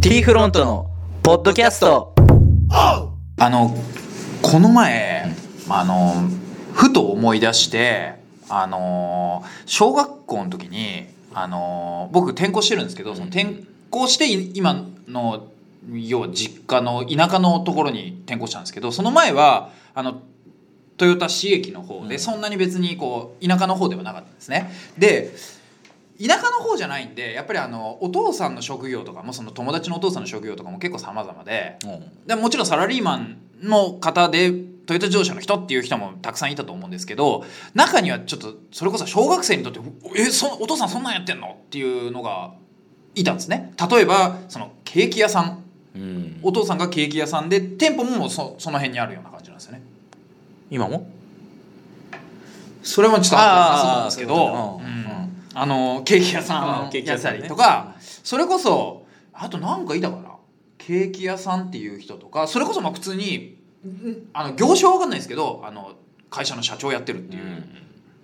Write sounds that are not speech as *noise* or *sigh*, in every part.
T フロントのポッドキャストあのこの前あのふと思い出してあの小学校の時にあの僕転校してるんですけどその転校してい今の要は実家の田舎のところに転校したんですけどその前はあの豊田市駅の方で、そんなに別にこう田舎の方ではなかったんですね。で田舎の方じゃないんでやっぱりあのお父さんの職業とかもその友達のお父さんの職業とかも結構様々ででもちろんサラリーマンの方でトヨタ自動車の人っていう人もたくさんいたと思うんですけど中にはちょっとそれこそ小学生にとって「えそお父さんそんなんやってんの?」っていうのがいたんですね。例えばそのケーキ屋さんうんお父さんがケーキ屋さんで店舗ももうそその辺にあるような感じなんですよね。今もそれもちょっとあー後で話すんですけど、そうういんうことねうんあのケーキ屋さあーんケーキや屋っさんたねりとか、それこそあとなんかいたかなケーキ屋さんっていう人とかそれこそまあ普通にんあの業種は分かんないですけどあの会社の社長やってるっていう。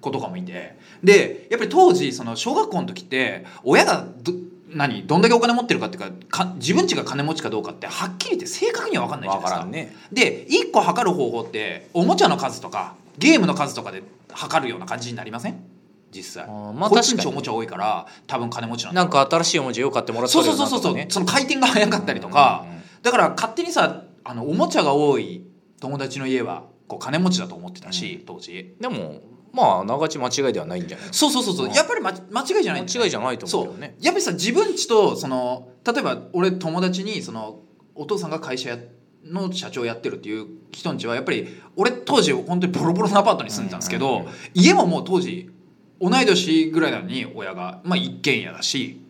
子とかもいてでやっぱり当時その小学校の時って親がど何どんだけお金持ってるかっていうかか自分家が金持ちかどうかってはっきり言って正確には分かんないじゃわないでかすからんねで1個測る方法っておもちゃの数とかゲームの数とかで測るような感じになりません実際あーまあこっちん確かちにおもちゃ多いから多分金持ちなんだなんか新しいおもちゃよく買ってもらったそうりそうそうそうそう、その回転が早かったりとか、だから勝手にさあのおもちゃが多い友達の家はこう金持ちだと思ってたし、当時でもまああながち間違いではないんじゃないそうそうそうそう、うんやっぱり、ま、間違いじゃないんだよね間違いじゃないと思うそけどうねやっぱりさ自分ちとその例えば俺友達にそのお父さんが会社やの社長やってるっていう人んちはやっぱり俺当時本当にボロボロのアパートに住んでたんですけど、うんうんうん家ももう当時同い年ぐらいなのに親が、まあ、一軒家だし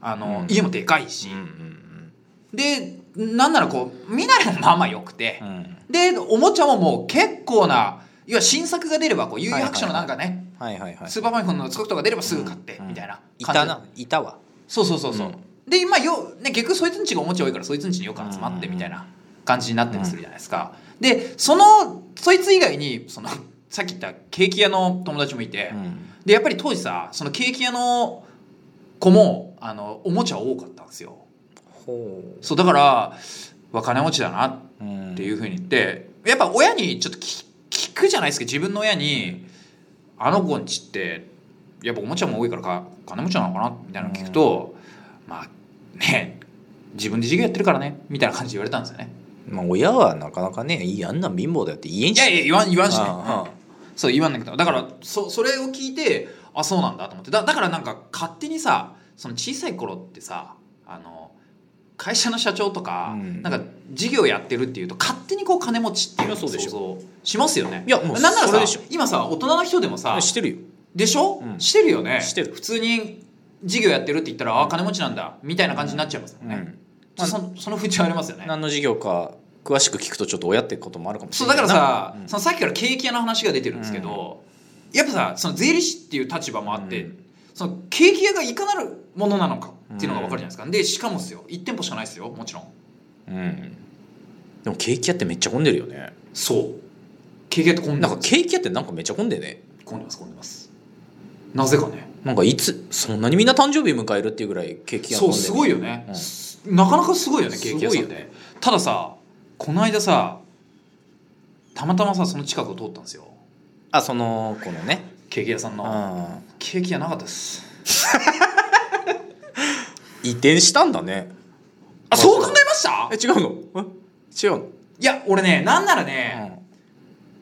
あの、うん家もでかいし、うんでなんならこう見ないもまあまあ良くて。うんうんでおもちゃももう結構な要は新作が出ればこう有白書のなんかね、はいはいはいスーパーマイフォンの作とか出ればすぐ買って、うんみたいな感いじたないたわそうそうそうそう、で今よ、ね、結局そいつんちがおもちゃ多いからそいつんちによく集まってみたいな感じになったりするじゃないですか、でそのそいつ以外にそのさっき言ったケーキ屋の友達もいて、うんでやっぱり当時さそのケーキ屋の子もあのおもちゃ多かったんですよほそうだからわ金持ちだなっううんっていうふうに言ってやっぱ親にちょっと聞聞くじゃないですか自分の親に「あの子んちってやっぱおもちゃも多いからか金持ちなのかな?」みたいなの聞くと「まあね自分で授業やってるからね」みたいな感じで言われたんですよね。まあ親はなかなかねいいあんなん貧乏だよって言えんいしやいや言わん言わんしねああああそう言わんなくてもだからそそれを聞いてあそうなんだと思ってだだからなんか勝手にさその小さい頃ってさあの会社の社長とか、うんなんか事業やってるっていうと勝手にこう金持ちっていうのをいやそうでしょ想像しますよねいやもうなんならそれでさしょ今さ大人の人でもさしてるよでしょ、うんしてるよねしてる普通に事業やってるって言ったら、あ金持ちなんだみたいな感じになっちゃいますもんね、うんまあそその不調ありますよね何の事業か詳しく聞くとちょっと親ってこともあるかもしそれうなだいからさ、うんそのさっきから景気屋の話が出てるんですけど、やっぱさその税理士っていう立場もあって、うんその景気屋がいかなるものなのかっていうのが分かるじゃないですか、でしかもですよ1店舗しかないですよもちろんうんでもケーキ屋ってめっちゃ混んでるよねそう景気屋って混んでなんまかすケーキ屋ってなんかめっちゃ混んでね混んでます混んでますなぜかねなんかいつそんなにみんな誕生日迎えるっていうぐらいケーキ屋そうすごいいよね、うんすなかなかすごいよねす景ごい気よ屋さんって、たださこの間さたまたまさその近くを通ったんですよあそのこのねケーキ屋さんのうケーキ屋なかったですん移転したんだねあそう考えましたえ違うのえ違うのいや俺ねなんならね、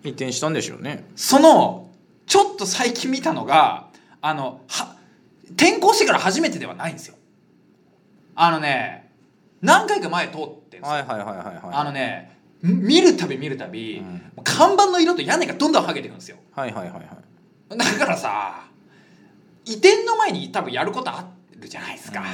移転したんでしょうねそのちょっと最近見たのがあのは転校してから初めてではないんですよあのね何回か前通ってんですよ、はいはいはいはいはいあのねん見るたび見るたび、うんもう看板の色と屋根がどんどん剥げていくんですよはいはいはいはいだからさ移転の前に多分やることあるじゃないですか、う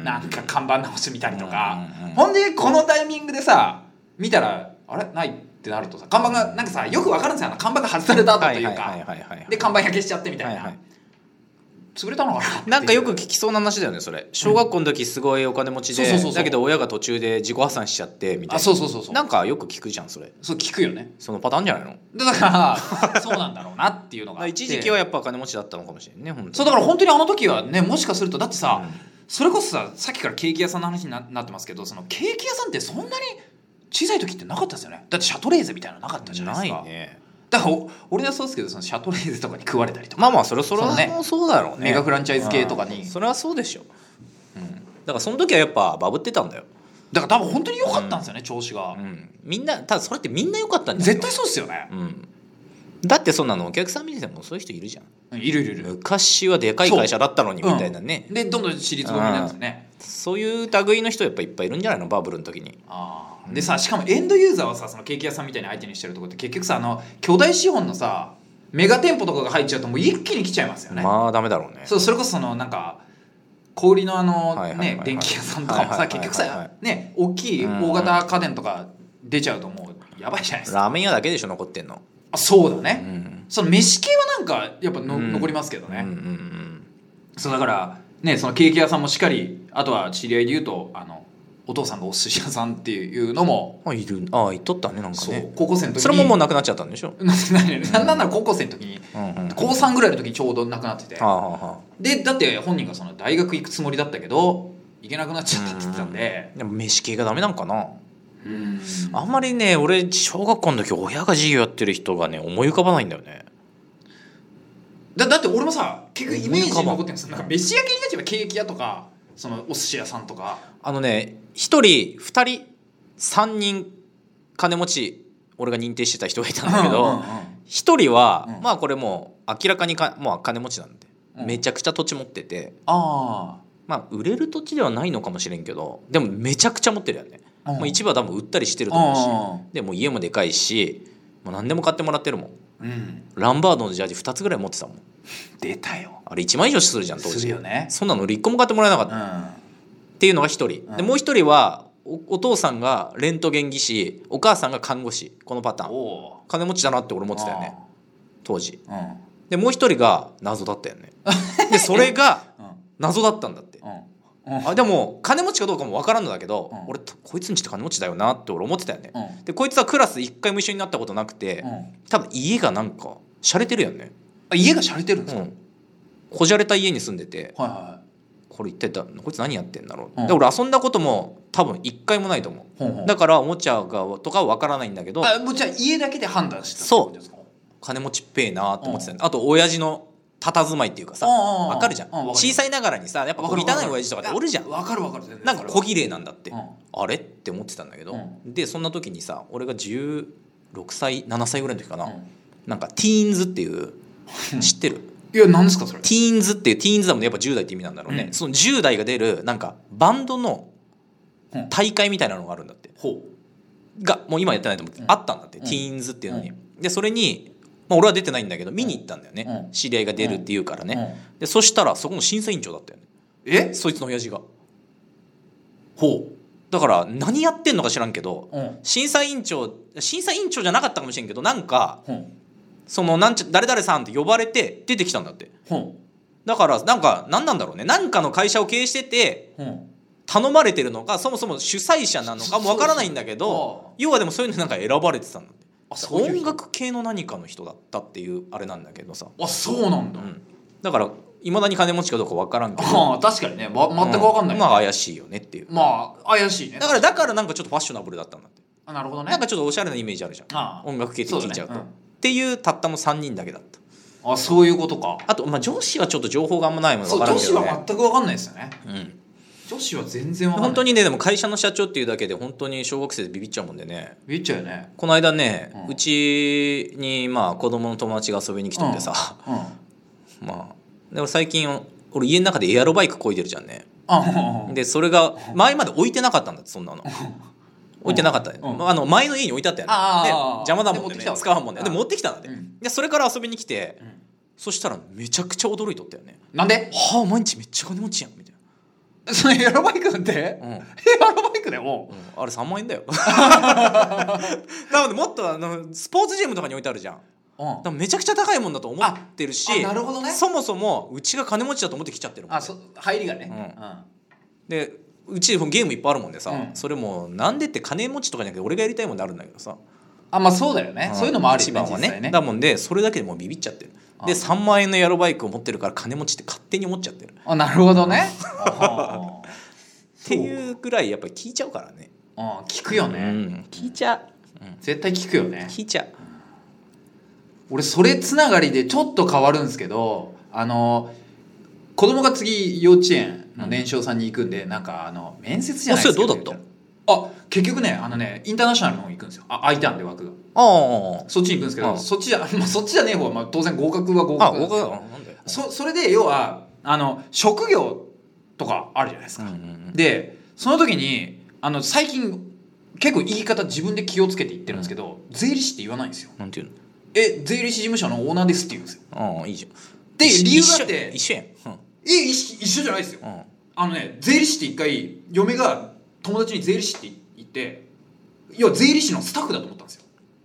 んなんか看板直してみたりとか、うんうんうんほんでこのタイミングでさ見たらあれないってなるとさ看板がなんかさよくわかるんですよあの看板が外された後というか、はいはいはいはいはいで看板焼けしちゃってみたいな、はいはい潰れたのかなっていう *laughs* なんかよく聞きそうな話だよねそれ小学校の時すごいお金持ちそうでそうそうそうだけど親が途中で自己破産しちゃってみたいなあそうそうそうそうなんかよく聞くじゃんそれそう聞くよねそのパターンじゃないのでだか *laughs* らそうなんだろうなっていうのがあって一時期はやっぱ金持ちだったのかもしれんね本当にそうだから本当にあの時はねもしかするとだってさ、うんそれこそささっきからケーキ屋さんの話にななってますけどそのケーキ屋さんってそんなに小さい時ってなかったですよねだってシャトレーゼみたいなのなかったじゃないでなすかいねだからお俺はそうですけどそのシャトレーゼとかに食われたりとか、まあまあそれはそれそうねもそうだろうねメガフランチャイズ系とかにうんそれはそうでしょ、うん、だからその時はやっぱバブってたんだよ、だから多分本当に良かったんですよね、調子がう、ん、みんなただそれってみんな良かったんじゃない絶対そうですよね、うん、だってそんなのお客さん見ててもそういう人いるじゃんいるいるいる、昔はでかい会社だったのにみたいなねでどんどん私立組になるんですよね、そういう類の人やっぱいっぱいいるんじゃないのバブルの時にあーでさしかもエンドユーザーはさそのケーキ屋さんみたいに相手にしてるとこって結局さあの巨大資本のさメガ店舗とかが入っちゃうともう一気に来ちゃいますよね、まあダメだろうねそうそれこそそのなんか小売りのあのはいはいはいねはい電気屋さんとかもはさいはい結はいはい局さね大きい大型家電とか出ちゃうともうやばいじゃないですかラーメン屋だけでしょ残ってんのあそうだうね、んその飯系はなんかやっぱの、うん残りますけどうんうね、んうんそうだからねそのケーキ屋さんもしっかりあとは知り合いで言うとあのお父さんがお寿司屋さんっていうのも、あいるあいっとったねなんかそねう高校生の時にそれももうなくなっちゃったんでしょななんなんなら高校生の時にうんうんは高3ぐらいの時にちょうど亡くなっててあはあはでだって本人がその大学行くつもりだったけど行けなくなっちゃったって言ってたんであでも飯系がダメなんかなうんあんまりね俺小学校の時親が授業やってる人がね思い浮かばないんだよねだだって俺もさ結局イメージに残ってるんですよなんか飯屋系になっちゃえばケーキ屋とかそのお寿司屋さんとかあのね一人二人三人金持ち俺が認定してた人がいたんだけうんうんどうん一人は、うんまあこれもう明らかにかもう金持ちなんで、うんめちゃくちゃ土地持っててあまあ売れる土地ではないのかもしれんけどでもめちゃくちゃ持ってるよね、あもう一一部は多分売ったりしてると思うし、でもう家もでかいしもう何でも買ってもらってるもんうんランバードのジャージ2つぐらい持ってたもん出たよあれ1万以上するじゃん当時するよねそんなの1個も買ってもらえなかっうた、んっあていうのが1人、うでんもう1人はおお父さんがレントゲン技師お母さんが看護師このパターンおー金持ちだなって俺思ってたよね当時あーでもう1人が謎だったよ *laughs* ねでそれがうん謎だったんだってうんうんあでも金持ちかどうかも分からんのだけど、うん俺とこいつんちって金持ちだよなって俺思ってたよね、うんでこいつはクラス一回も一緒になったことなくて、うん多分家がなんか洒落てるよね、あ家が洒落てるんでうすかん、こじゃれた家に住んでてはいはこれ一体だこいつ何やってんだろう、うんで俺遊んだことも多分一回もないと思いほんほう、んだからおもちゃがとかは分からないんだけどあもうじゃあ家だけで判断してたそうってことですか金持ちっぺえなと思ってたよね、あと親父の佇まいっていうかさ、うんうんうんわ分かるじゃん、うんわかる小さいながらにさやっぱわこかうる汚い親父とかっておるじゃんわかるわかる全然なんか小綺麗なんだって、うんあれって思ってたんだけど、うでそんな時にさ俺が16歳7歳ぐらいの時かな、うんなんかティーンズって *laughs* いう知ってるいや何ですかそれティーンズっていうティーンズだもんねやっぱ10代って意味なんだろうね、うんその10代が出るなんかバンドのうん大会みたいなのがあるんだってほがもう今やってないと思うけど、うんあったんだって、うんティーンズっていうのに、うでそれに、まあ、俺は出てないんだけど見に行ったんだよね、うん知り合いが出るっていうからう、ね、でそしたらそこの審査委員長だったよねうんえそいつの親父がほだから何やってんのか知らんけどううん審査委員長審査委員長じゃなかったかもしれんけどなんかほんそのなんちゃ誰々さんって呼ばれて出てきたんだってほんだからなんか何なんだろうね何かの会社を経営しててほん頼まれてるのかそもそも主催者なのかもわからないんだけそうそどう要はでもそういうのなんか選ばれてたんだってあそういう人音楽系の何かの人だったっていうあれなんだけどさ、あそうなんだ、うん、だからいまだに金持ちかどうかわからんけどああ確かにね、ま、全く分かんない、まあ怪しいよねっていうまあ怪しいねだからだからなんかちょっとファッショナブルだったんだってあなるほどねなんかちょっとおしゃれなイメージあるじゃんああ音楽系って聞いちゃうとそうだねっていうたったの3人だけだったあそういうことかあと、まあ、女子はちょっと情報があんまないものそ分うからん女け子ど、ね、は全く分かんないですよねうん、女子は全然分かんない本当にねでも会社の社長っていうだけで本当に小学生でビビっちゃうもんでね言っちゃうよねこの間ね、うんうちにまあ子供の友達が遊びに来とってさ、うんあ *laughs* まあでも最近俺家の中でエアロバイクこいでるじゃんねあでそれが前まで置いてなかったんだってそんな *laughs* の置いてなかったね、うんまああの前の家に置いてあったよねああでああああ邪魔だもんで持ってねきたわけ使うもんねでうん持ってきたんだって、うんでそれから遊びに来て、んそしたらめちゃくちゃ驚いとったよねなんで *laughs* はあ毎日めっちゃ金持ちやんみたいそのエアロバイクなんてエな、うんアロバイクでもうんあれ3万円だよなのでもっとあのスポーツジムとかに置いてあるじゃんあうんだからめちゃくちゃ高いもんだと思ってるしあなるほどねそもそもうちが金持ちだと思って来ちゃってるもんあそ入りがね、ううんでうちゲームいっぱいあるもんでさ、うんそれもなんでって金持ちとかじゃなくて俺がやりたいもんであるんだけどさ、あまあそうだよね、そういうのもある一よ番ねは実ね際ねだもんでそれだけでもうビビっちゃってるであ3万円のエアロバイクを持ってるから金持ちって勝手に思っちゃってるっあなるほどね *laughs* あていうぐらいやっぱり聞いちゃうからねあ聞くようね、ん聞いちゃう、うん絶対聞くよね聞いちゃう俺それつながりでちょっと変わるんですけどあの子供が次幼稚園の年少さんに行くんで、なんかあの面接じゃないですけあそれどうだっあ結局ねあのねインターナショナルの方に行くんですよあ空いたんで枠があそっちに行くんですけど、うんそっちじゃ、まあ、そっちじゃねえ方は、まあ、当然合格は合ああ合格なんですけ格どだなんだよそそれで要はあの職業とかあるじゃないですうか、んうんでその時にあの最近結構言い方自分で気をつけて言ってるんですけど、税理士って言わないんですようんなんていうえ税理士事務所のオーナーですって言うんですよのああいいじゃんで一緒理由があって一緒やんうんえ一緒一緒じゃないですようんあのね税理士って一回嫁が友達に税理士って言っていや税理士のスタッフだと思ったんですよ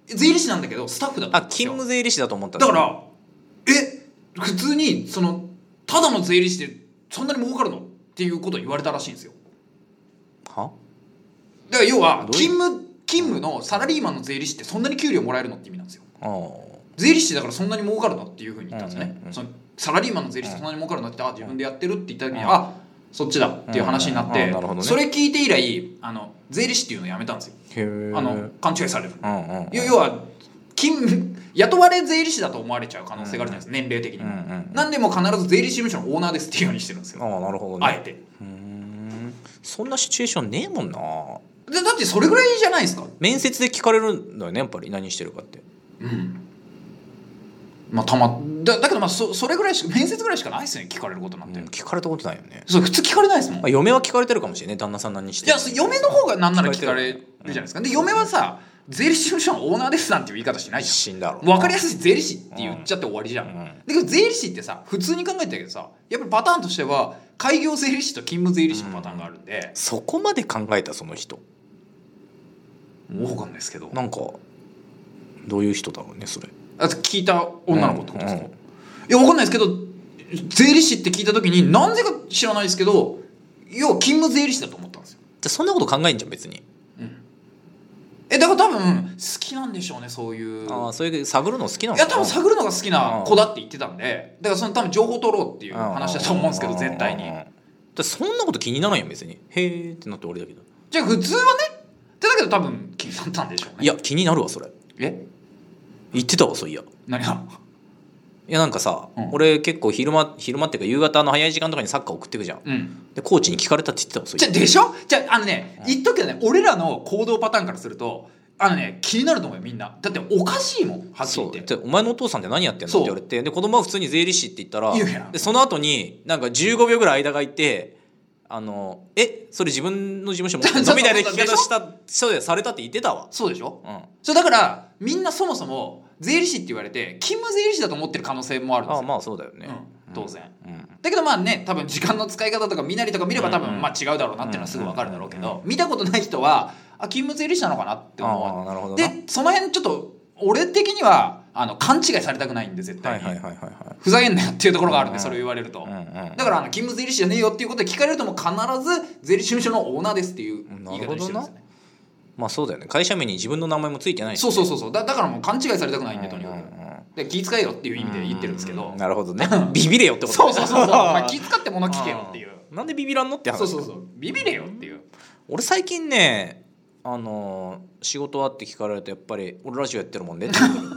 税理士なんだけどスタッフだと思あったんですよ勤務税理士だと思っただからえ普通にそのただの税理士でそんなに儲かるのっていうことを言われたらしいんですよはだから要はどういう勤務勤務のサラリーマンの税理士ってそんなに給料もらえるのって意味なんですよああ税理士だからそんなに儲かるのっていうふうに言ったんですよね、うんうんうんそのサラリーマンの税理士ってそんなに儲かるのって言ってあ自分でやってるって言った時に、うんあそっちだっていう話になって、うんうんうんあなるほどねそれ聞いて以来あの税理士っていうのをやめたんですよへえあの勘違いされるうんうんうん要要は勤雇われ税理士だと思われちゃう可能性があるじゃないですか、年齢的にうんも、うんなんでも必ず税理士事務所のオーナーですっていうようにしてるんですよ、ああなるほどねあえてうーんそんなシチュエーションねえもんなでだってそれぐらいじゃないですか面接で聞かれるんだよねやっぱり何してるかってうんまあたまだだけどまあそそれぐらいしか面接ぐらいしかないですよね聞かれることなんて、聞かれたことないよね、それ普通聞かれないですもんまあ、嫁は聞かれてるかもしれない旦那さん何していやそ嫁の方がなんなら聞聞かかれれてるるじゃないですかで嫁はさ税理士事務所のオーナーですなんていう言い方しないじ死んだろゃん分かりやすすい税理士って言っちゃって終わりじゃん、うんだけど税理士ってさ普通に考えてたけどさやっぱりパターンとしては開業税理士と勤務税理士のパターンがあるんで、そこまで考えたその人もう分かんないですけどなんかどういう人だろうねそれあと聞いた女の子ってことですか、うんうんいや分かんないですけど税理士って聞いた時に何故か知らないですけど要は勤務税理士だと思ったんですよじゃそんなこと考えんじゃん別にえだから多分好きなんでしょうねそういうああそういう探るの好きなのいかやな多分探るのが好きな子だって言ってたんでだからその多分情報取ろうっていう話だと思うんですけど絶対うにんうんうんうんだそんなこと気にならんよ別にへえってなって俺だけどじゃあ普通はねでだけど多分気になったんでしょういねや気になるわそれえ言ってたわそういや何がいやなんかさ、うん俺結構昼間昼間っていうか夕方の早い時間とかにサッカー送ってくじゃんうんでコーチに聞かれたって言ってたわそういじやゃあでしょじゃああのね言っとくけどね俺らの行動パターンからするとあのね気になると思うよみんなだっておかしいもんはっきりそ言うってでお前のお父さんって何やってんの?」ってそう言われてで子供は普通に税理士って言ったら言うやんでその後になんか15秒ぐらい間が空いて「あのえそれ自分の事務所持ってん *laughs* その?」うみたいなそう聞そうき方したそうだよされたって言ってたわ、そうでしょうん、そうだからみんなそもそも税理士って言われて勤務税理士だと思ってる可能性もあるんですああよまあそうだよね、うん、当然、うんだけどまあね多分時間の使い方とか見なりとか見れば多うんう分んまあ違うだろうなっていうのはすぐ分かるだろうけうんうど見たことない人はあ勤務税理士なのかなって思うあわあなるほどなでその辺ちょっと俺的にはあの勘違いされたくないんで絶は対いに、はいはいはいはふざけんなよっていうところがあるんで、うんうんそれを言われると、い、うんうん、だからあの勤務税理士じゃねえよっていうことで聞かれるともう必ず税理士事務所のオーナーですっていう言い方にしてるんですよねまあそうだよね会社名に自分の名前もついてないしそうそうそうそうだだからもう勘違いされたくないんでとにかうんうんうんくで気遣えよっていう意味で言ってるんですけど、なるほどねビビれよってことそうそうそう *laughs* そうお前気っ遣って物聞けよっていうなんでビビらんのって話そうそうそうビビれよっていう俺最近ねあのー仕事はって聞かれるとやっぱり俺ラジオやってるもんねって言ってくる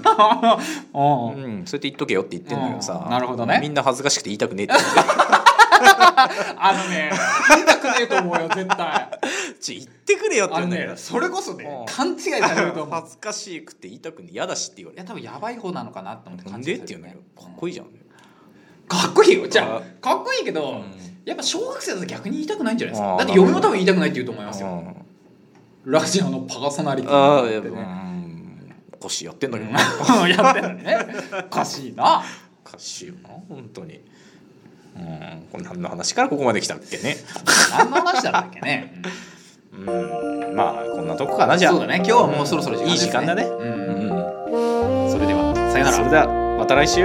おうんそうやって言っとけよって言ってんだけどさうんなるほどねみんな恥ずかしくて言いたくねえ *laughs* って言あのね言いたくねえと思うよ絶対ってちょ言ってくれよってあ言うんのだけどねそれこそねうん勘違いされると思う恥ずかしくて言いたくねえ嫌だしって言わいれやる多分やばい方なのかなと思ってな勘ん違いでっさてれ言うるんだねけどかっこいいじゃんかっこいいよじゃうあかっこいいけど、うんやっぱ小学生だと逆に言いたくないんじゃないですあかーだって嫁も多分言いたくないって言うと思いますうよんラジオのパーソナリティああやっってぱうねんおかしいやってんだけどなうん *laughs* やってんのにねおかしいなおかしいよな本当にうんこれ何の話からここまで来たっけね何の話だったっけね、うんうんまあこんなとこかなじゃあそうだね今日はもうそろそろいい時間だねうんうんそれではさよならさよならそれではまた来週